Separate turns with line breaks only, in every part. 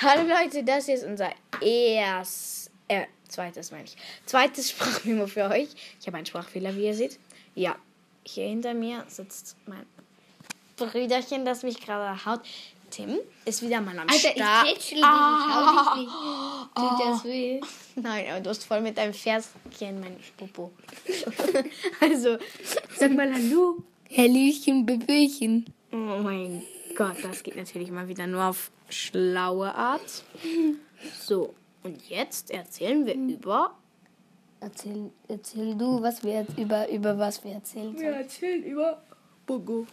Hallo Leute, das hier ist unser erstes, äh, zweites meine ich, zweites Sprachmemo für euch. Ich habe einen Sprachfehler, wie ihr seht. Ja, hier hinter mir sitzt mein Brüderchen, das mich gerade haut. Tim ist wieder mal am
Alter, ich
Start.
tätschel dich, ich hau dich nicht. Tut das weh?
Nein, aber du hast voll mit deinem Ferschen mein Popo. also, sag mal Hallo.
Hallöchen, Beböchen.
Oh mein Gott, das geht natürlich mal wieder nur auf schlaue Art. So, und jetzt erzählen wir über.
Erzähl, erzähl du, was wir jetzt über, über was wir erzählen sollen.
erzählen über Bogo.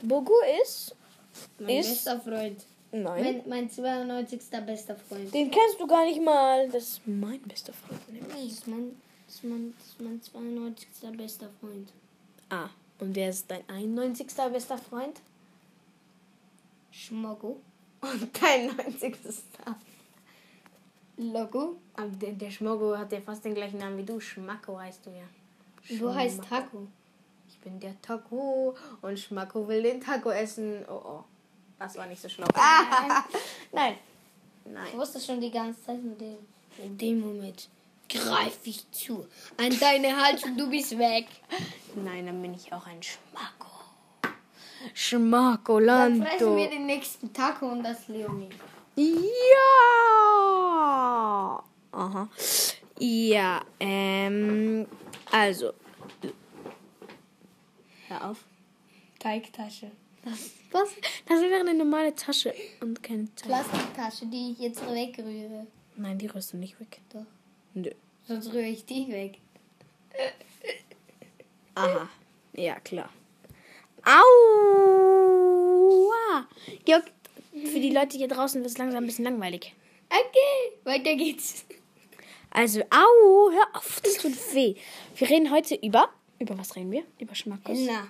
Bogo ist.
Mein
Ist-
bester Freund.
Nein.
Mein, mein 92. bester Freund.
Den kennst du gar nicht mal. Das ist mein bester Freund. nämlich.
Das ist mein, das ist mein, das ist mein 92. bester Freund.
Ah, und wer ist dein 91. bester Freund?
Schmoggo.
Und dein 90.
Logo.
Aber der, der Schmoggo hat ja fast den gleichen Namen wie du. Schmacko heißt du ja.
Du heißt Taco.
Ich bin der Taco und Schmacko will den Taco essen. Oh oh. Das war nicht so schlau. Nein.
Ich
Nein.
wusste schon die ganze Zeit mit dem. In dem Moment greife ich zu. An deine Hand und du bist weg.
Nein, dann bin ich auch ein Schmacko.
Dann fressen wir
Schmackolando.
den nächsten Taco und das Leonie.
Ja. Aha. Ja, ähm. Also. Hör auf.
Teigtasche.
Was? Das wäre eine normale Tasche und keine Tasche.
Plastiktasche, die ich jetzt wegrühre.
Nein, die rührst du nicht weg.
Doch.
Nö.
Sonst rühre ich dich weg.
Aha. Ja, klar. Aua! Georg, für die Leute hier draußen wird es langsam ein bisschen langweilig.
Okay, weiter geht's.
Also, au, hör auf, das tut weh. Wir reden heute über. Über was reden wir? Über Schmackos.
Na,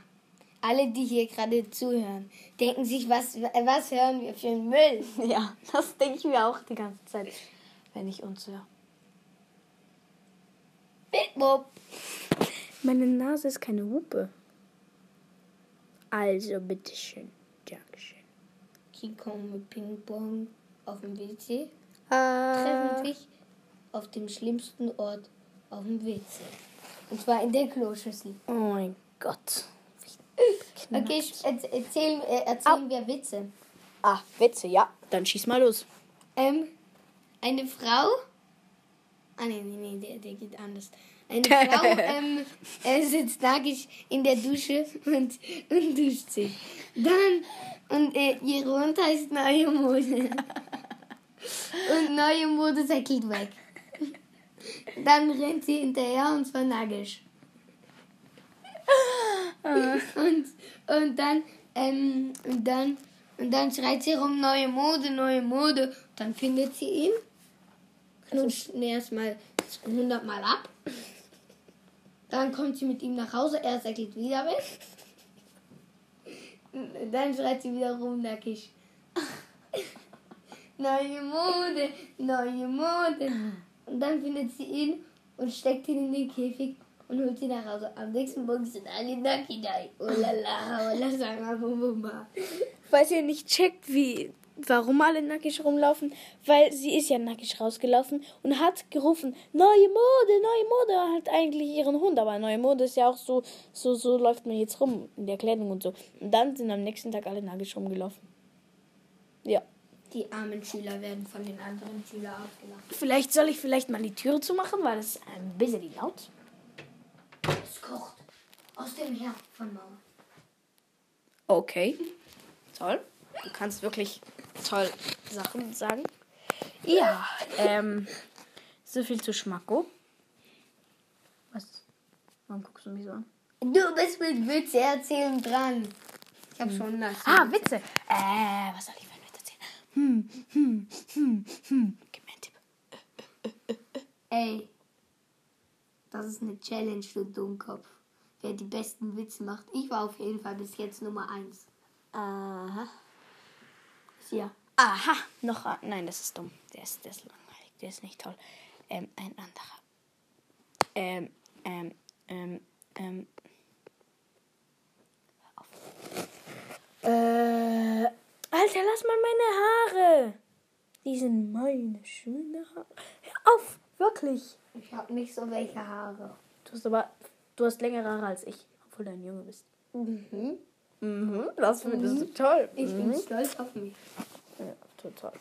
alle, die hier gerade zuhören, denken sich, was, was hören wir für einen Müll?
Ja, das denke ich mir auch die ganze Zeit, wenn ich uns höre.
Bitmop.
Meine Nase ist keine Hupe. Also, bitteschön. Dankeschön.
Ich komme mit Ping-Pong auf dem WC. Treffen
Äh,
sich auf dem schlimmsten Ort auf dem WC. Und zwar in der Kloschüssel.
oh mein Gott.
Okay, sch- erz- erzählen, äh, erzählen wir Witze.
Ah, Witze, ja. Dann schieß mal los.
Ähm, eine Frau. Ah, nee, nee, nee, der, der geht anders. Eine Frau ähm, äh, sitzt nackig in der Dusche und, und duscht sich. Dann, und äh, ihr Hund heißt Neue Mode. Und Neue Mode sagt geht weg. Dann rennt sie hinterher und zwar nagisch. Und, und dann, ähm, und dann, und dann schreit sie rum, neue Mode, neue Mode. Dann findet sie ihn. Nun erstmal 100 Mal ab. Dann kommt sie mit ihm nach Hause, er sagt geht wieder weg. Dann schreit sie wieder rum, nackig. Neue Mode, neue Mode. Und dann findet sie ihn und steckt ihn in den Käfig und holt ihn nach Hause. Am nächsten Morgen sind alle nacki da. Oh la la, oh la sanga, bum bum ba.
Falls ihr nicht checkt, wie, warum alle nackig rumlaufen, weil sie ist ja nackig rausgelaufen und hat gerufen, neue Mode, neue Mode, halt eigentlich ihren Hund, aber neue Mode ist ja auch so, so, so läuft man jetzt rum in der Kleidung und so. Und dann sind am nächsten Tag alle nackig rumgelaufen. Ja.
Die armen Schüler werden von den anderen Schülern ausgelacht.
Vielleicht soll ich vielleicht mal die Türe zumachen, weil das ist ein bisschen laut.
Es kocht aus dem Herd von Mauer.
Okay. Toll. Du kannst wirklich toll Sachen sagen. Ja, ähm, so viel zu Schmacko. Was? Warum guckst du mich so an?
Du bist mit Witze erzählen dran. Ich hab schon nass.
Ah, Witze. Äh, was soll ich für einen Witz erzählen? Hm, hm, hm, hm. Gib mir einen Tipp.
Ey, das ist eine Challenge, du Dummkopf. Wer die besten Witze macht. Ich war auf jeden Fall bis jetzt Nummer 1.
Aha.
Hier.
Aha, noch ein. Nein, das ist dumm. Der ist, der ist langweilig. Der ist nicht toll. Ähm, ein anderer. Ähm, ähm, ähm, ähm. Hör auf. Äh, Alter, lass mal meine Haare. Die sind meine schönen Haare. Hör auf, wirklich.
Ich habe nicht so welche Haare.
Du hast aber, du hast längere Haare als ich, obwohl du ein Junge bist.
Mhm.
Mhm, das findest du toll.
Ich bin stolz auf mich.
Ja, total.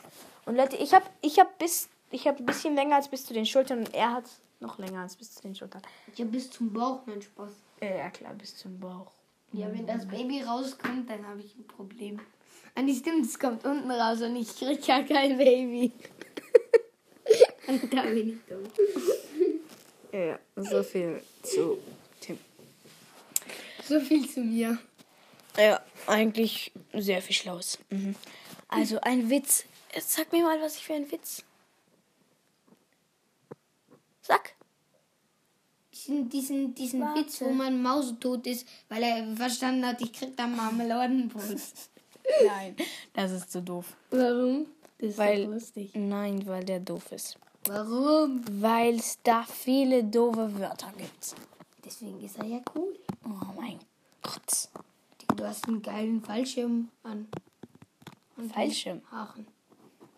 Und Leute, ich habe ich hab bis, ich habe ein bisschen länger als bis zu den Schultern und er hat noch länger als bis zu den Schultern.
Ja, bis zum Bauch, mein Spaß.
Äh, Ja, klar, bis zum Bauch.
Ja, wenn das Baby rauskommt, dann habe ich ein Problem. Ah, nee, stimmt, es kommt unten raus und ich krieg ja kein Baby. da bin ich dumm.
Ja, so viel zu Tim.
So viel zu mir.
Ja, eigentlich sehr viel Schlaues. Mhm. Also ein Witz. Jetzt Sag mir mal, was ich für ein Witz. Sag.
Diesen, diesen, diesen
Warte.
Witz, wo man mausetot ist, weil er verstanden hat, ich krieg da Marmeladenbrot.
Nein, das ist zu doof.
Warum? Das ist
Weil-
doch lustig.
Nein, weil der doof ist.
Warum?
Weil es da viele doofe Wörter gibt.
Deswegen ist er ja cool.
Oh mein Gott.
Du hast einen geilen Fallschirm an.
Mhm.
Und
Fallschirm?
Haaren.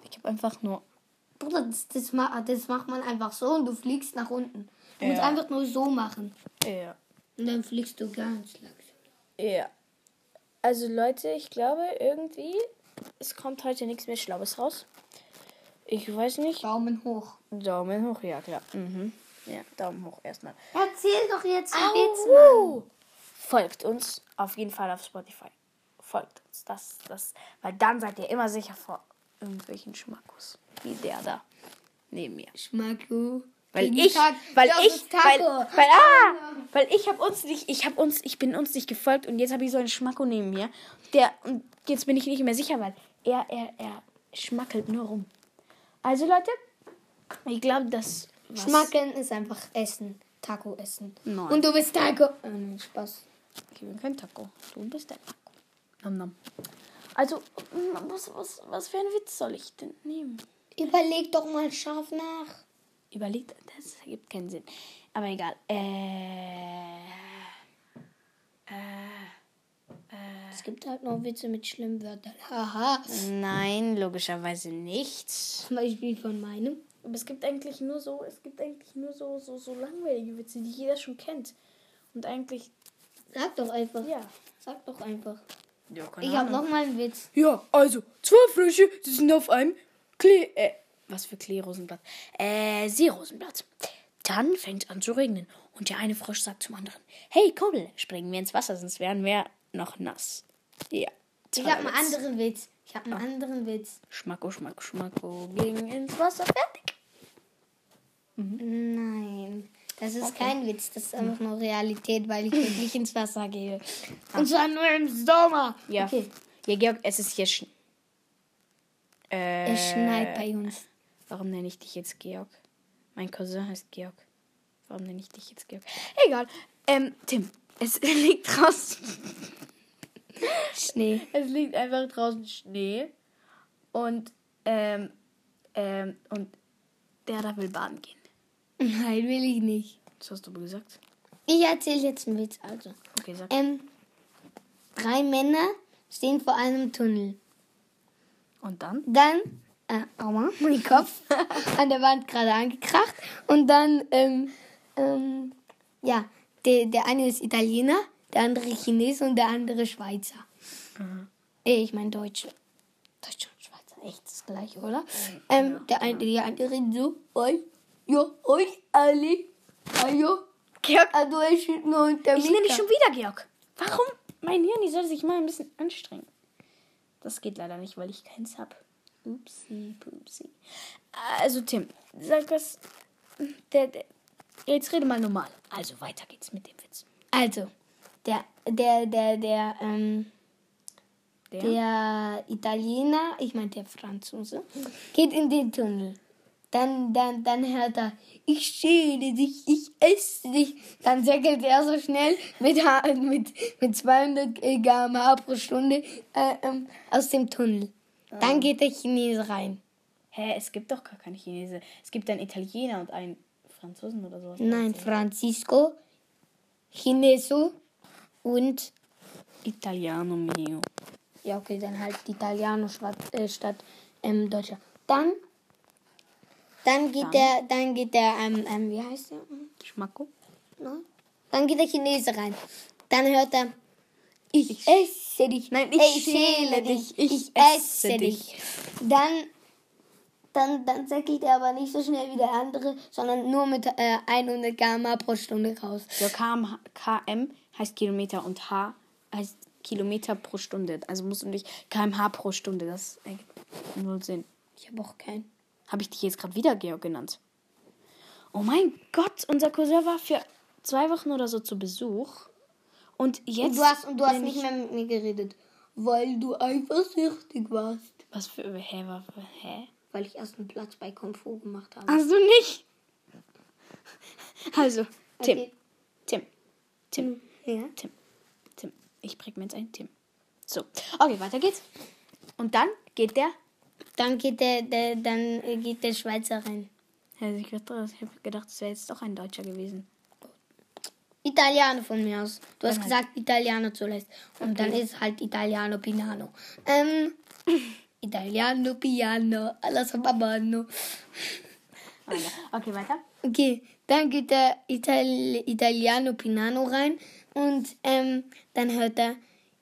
Ich habe einfach nur.
Bruder, das, das, ma- das macht man einfach so und du fliegst nach unten. Du musst
Ja.
einfach nur so machen.
Ja.
Und dann fliegst du ganz langsam.
Ja. Also Leute, ich glaube irgendwie, es kommt heute nichts mehr Schlaues raus. Ich weiß nicht.
Daumen hoch.
Daumen hoch, ja klar. Mhm. Ja, Daumen hoch erstmal.
Erzähl doch jetzt einen
Au! Folgt uns auf jeden Fall auf Spotify. Folgt uns. Das, das, weil dann seid ihr immer sicher vor irgendwelchen Schmackos. Wie der da neben mir.
Schmacko.
Weil
Guten
ich,
Tag.
weil
Das
ich,
ist
weil,
Taco.
weil, ah, weil ich habe uns nicht, ich habe uns, ich bin uns nicht gefolgt und jetzt habe ich so einen Schmacko neben mir. Der, und jetzt bin ich nicht mehr sicher, weil er, er, er schmackelt nur rum. Also Leute, ich glaube, das war's.
Schmackeln ist einfach Essen. Taco essen.
Nein.
Und du bist Taco. Oh, nein, Spaß.
Ich bin kein Taco. Du bist der Taco. Nam, nam. Also, mm, was, was, was für einen Witz soll ich denn nehmen?
Überleg doch mal scharf nach.
Überlegt, das ergibt keinen Sinn. Aber egal. Äh,
Es gibt halt noch Witze mit schlimmen Wörtern. Haha.
nein, logischerweise nicht.
Zum Beispiel von meinem.
Aber es gibt eigentlich nur so, es gibt eigentlich nur so, so, so langweilige Witze, die jeder schon kennt. Und eigentlich,
Sag doch einfach.
ja.
Sag doch einfach.
Ja, keine
Ich habe noch mal einen Witz.
Ja, also, zwei Frösche sitzen auf einem Klee. Äh, was für Klee-Rosenblatt? Äh, Seerosenblatt. Dann fängt an zu regnen. Und der eine Frosch sagt zum anderen: Hey, Kumpel, springen wir ins Wasser, sonst wären wir noch nass. Ja.
Ich
toller
habe einen
Witz.
anderen Witz. Ich habe einen
Ah.
anderen Witz.
Schmacko, Schmacko, Schmacko. Ging ins Wasser, fertig. Mhm.
Nein, das ist kein Witz. Das ist einfach nur Realität, weil ich wirklich ins Wasser gehe. Und zwar nur im Sommer.
Ah. Ja.
Okay.
Ja, Georg, es ist hier. Schn äh,
Es schneit bei uns.
Warum nenne ich dich jetzt Georg? Mein Cousin heißt Georg. Warum nenne ich dich jetzt Georg? Egal. Ähm, Tim, es liegt draußen. Äh.
Schnee.
Es liegt einfach draußen Schnee. Und, ähm, ähm, und der da will baden gehen.
Nein, will ich nicht.
Das hast du aber gesagt.
Ich erzähle jetzt einen Witz. Also,
Okay, sag.
ähm, drei Männer stehen vor einem Tunnel.
Und dann?
Dann, äh, aua, mein Kopf an der Wand gerade angekracht. Und dann, ähm, ähm, ja, der, der eine ist Italiener, der andere Chines und der andere Schweizer. Äh, Ich meine Deutsche. Deutsche und Schweizer, echt das gleiche, oder? Ähm, Der eine, die andere so, oi, jo, oi, Ali, ajo,
Georg,
adu, ich
ich nenne dich schon wieder Georg. Warum? Mein Hirn, die sollte sich mal ein bisschen anstrengen. Das geht leider nicht, weil ich keins hab. Upsi, pupsi. Also, Tim, sag was. Der, der, jetzt rede mal normal. Also, weiter geht's mit dem Witz.
Also, der, der, der, der, ähm,
Der?
Der Italiener, ich meine der Franzose, geht in den Tunnel. Dann, dann, dann hört er, ich schäle dich, ich esse dich. Dann säckelt er so schnell mit, Ha- mit, mit 200 km/h pro Stunde äh, ähm, aus dem Tunnel. Dann geht der Chinese rein.
Hä, es gibt doch gar keine Chinesen. Es gibt einen Italiener und einen Franzosen oder sowas.
Nein, Francisco, Chineso und,
Italiano mio.
ja okay, dann halt Italiano statt, äh, statt ähm, Deutscher. Dann, dann geht der, dann geht der, ähm, ähm, wie heißt der?
Schmacko.
Ne? Dann geht der Chinese rein. Dann hört er, ich, esse dich.
Nein,
Ey,
ich schäle dich. Ich esse dich.
Dann, dann, dann säckelt er aber nicht so schnell wie der andere, sondern nur mit äh, 100 Gamma pro Stunde raus.
So KM, KM heißt Kilometer und H heißt Kilometer pro Stunde. Also musst du nicht kmh pro Stunde. Das ergibt null Sinn.
Ich habe auch keinen.
Habe ich dich jetzt gerade wieder Georg genannt? Oh mein Gott, unser Cousin war für zwei Wochen oder so zu Besuch. Und jetzt.
Du hast, und du hast
nenn ich-
nicht mehr mit mir geredet, weil du eifersüchtig warst.
Was für. Hä? wa- Hä?
Weil ich erst einen Platz bei Kung Fu gemacht habe.
Also nicht! Also, Tim.
Okay. Mhm.
Tim. Tim.
Ja.
Tim. Tim. Ich präg mir jetzt ein Tim. So. Okay, weiter geht's. Und dann geht der.
Dann geht der, der, dann äh, geht der Schweizer rein.
Also ich habe gedacht, das wäre jetzt doch ein Deutscher gewesen.
Italiano von mir aus. Du hast gesagt Italiano zuletzt. Und dann ist halt Italiano Pinano. Ähm, Italiano Piano, alla sababano.
Aber ja. Okay, weiter.
Okay, dann geht der Itali Italiano Pinano rein und ähm, dann hört er,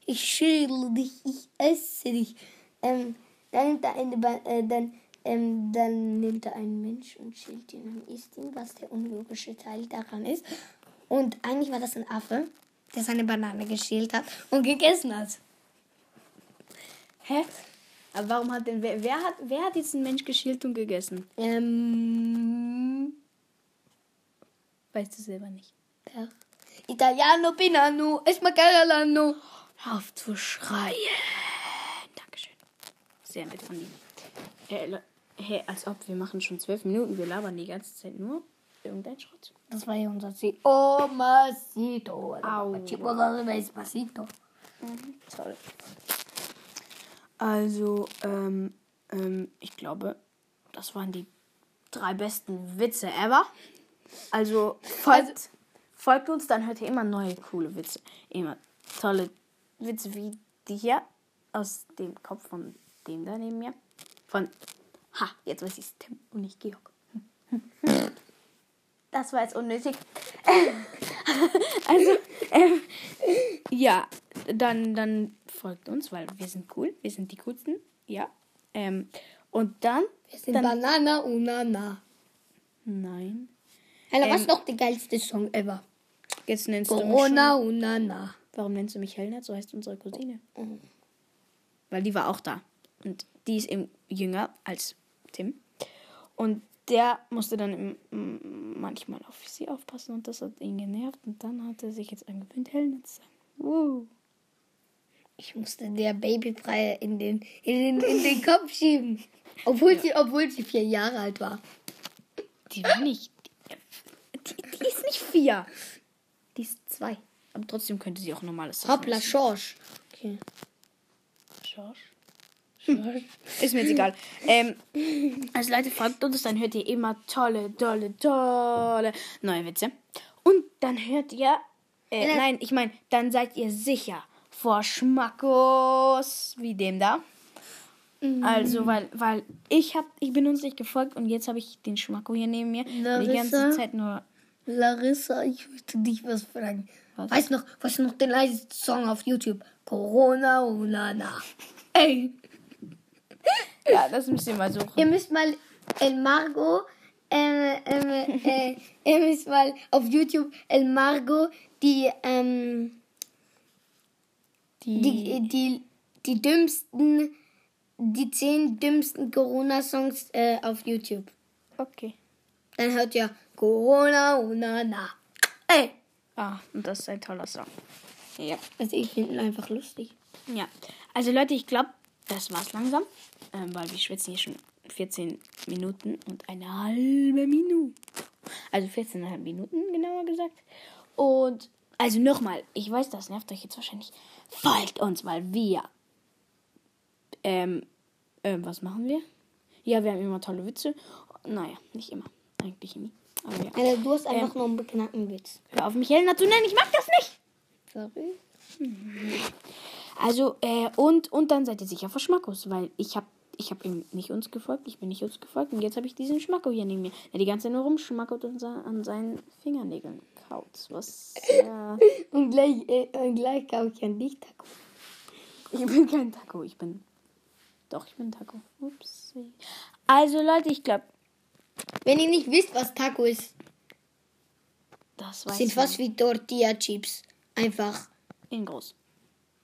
ich schädel dich, ich esse dich. Ähm, dann nimmt er eine, Ba- äh, dann, ähm, dann nimmt er einen Mensch und schält ihn und isst ihn, was der unlogische Teil daran ist. Und eigentlich war das ein Affe, der seine Banane geschält hat und gegessen hat.
Hä? Aber warum hat denn. Wer, wer, hat, wer hat jetzt einen Mensch geschielt und gegessen?
Ähm,
Weißt du selber nicht.
der Italiano Pinano, es macarelano.
Hör auf zu schreien. Dankeschön. Sehr nett von dir. Äh, Le- hey, als ob wir machen schon zwölf Minuten. Wir labern die ganze Zeit nur irgendein Schrott.
Das war ja unser Ziel. Oh, Masito.
Au.
Masito.
Sorry. Also, ähm, ähm, ich glaube, das waren die drei besten Witze ever. Also, folgt, folgt uns, dann hört ihr immer neue coole Witze. Immer tolle Witze wie die hier aus dem Kopf von dem da neben mir. Von, ha, jetzt weiß ich Tim und nicht Georg. Das war jetzt unnötig. Also, ähm, ja, dann, dann folgt uns, weil wir sind cool. Wir sind die coolsten. Ja. Ähm, und dann.
Wir sind
dann
Banana Unana.
nein.
Alter, was ist noch der geilste Song ever?
Jetzt nennst du mich schon,
Corona Unana.
Warum nennst du mich Helena? So heißt unsere Cousine. Weil die war auch da. Und die ist eben jünger als Tim. Und der musste dann im, m- manchmal auf sie aufpassen und das hat ihn genervt. Und dann hat er sich jetzt angewöhnt, Helena zu sagen. Wow.
Ich musste der Babybrei in den, in den, in den Kopf schieben. Obwohl, sie, obwohl sie vier Jahre alt war.
Die war nicht. Die, die ist nicht vier. Die ist zwei. Aber trotzdem könnte sie auch normales Sachen
Hoppla, Schorsch. Okay.
essen. Schorsch. Ist mir jetzt egal. Ähm, also Leute, folgt uns, dann hört ihr immer tolle, tolle, tolle neue Witze. Und dann hört ihr. Äh,
Ja.
Nein, ich meine, dann seid ihr sicher vor Schmackos wie dem da.
Mhm.
Also, weil, weil ich hab, ich bin uns nicht gefolgt und jetzt habe ich den Schmacko hier neben mir. Und die ganze
Larissa?
Zeit nur
Larissa, ich möchte dich was fragen.
Was?
Weißt du noch, weißt du noch den leisen Song auf YouTube? Corona Unana. Ey.
Ja, das müsst ihr mal
Ihr
suchen.
müsst mal El Margo, ähm, ähm, äh, ihr müsst mal auf YouTube El Margo die, ähm, die, E- die, die dümmsten, die zehn dümmsten Corona-Songs äh, auf YouTube.
Okay.
Dann hört ihr Corona, Unana. Ey,
Ah, und das ist ein toller Song. Ja.
also ich finde ihn einfach lustig.
Ja. Also Leute, ich glaube, das war's langsam. Ähm, weil wir schwitzen hier schon 14 Minuten und eine halbe Minute. Also 14,5 Minuten, genauer gesagt. Und also nochmal, ich weiß, das nervt euch jetzt wahrscheinlich. Folgt uns, weil wir. Ähm, ähm, was machen wir? Ja, wir haben immer tolle Witze. Naja, nicht immer. Eigentlich nie. Aber ja.
Also du hast einfach nur einen bekannten Witz.
Hör auf mich Helena zu nennen, ich mag das nicht.
Sorry.
Also, äh, und, und dann seid ihr sicher vor Schmackos, weil ich habe Ich habe ihm nicht uns gefolgt, ich bin nicht uns gefolgt. Und jetzt habe ich diesen Schmacko hier neben mir, der die ganze Zeit nur rumschmackert und sa- an seinen Fingernägeln kaut. Was? Äh,
Und gleich, äh, und gleich kam ich an dich, Taco.
ich bin kein Taco, ich bin. Doch, ich bin Taco. Upsi. Also, Leute, ich glaube,
Wenn ihr nicht wisst, was Taco ist,
das war
sind fast wie Tortilla-Chips. Einfach,
in groß.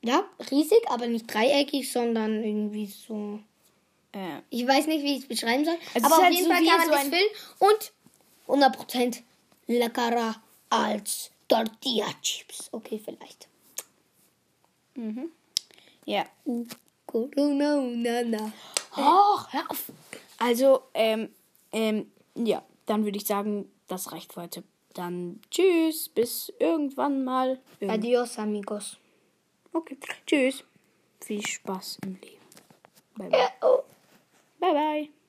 ja, riesig, aber nicht dreieckig, sondern irgendwie so.
Äh,
Ich weiß nicht, wie ich Also es beschreiben soll.
Es ist
aber auf
halt
jeden
so
Fall
wie
kann man
so
das
ein-
füllen und 100% leckerer als Tortilla-Chips. Okay, vielleicht.
ja.
Uh, Corona, na, na.
Och, Oh, hör auf. Also, ähm, ähm, ja, dann würde ich sagen, das reicht für heute. Dann tschüss, bis irgendwann mal. Irgend-
Adios, amigos.
Okay, tschüss. Viel Spaß im Leben. Bye bye.
Ja, oh.
bye, bye.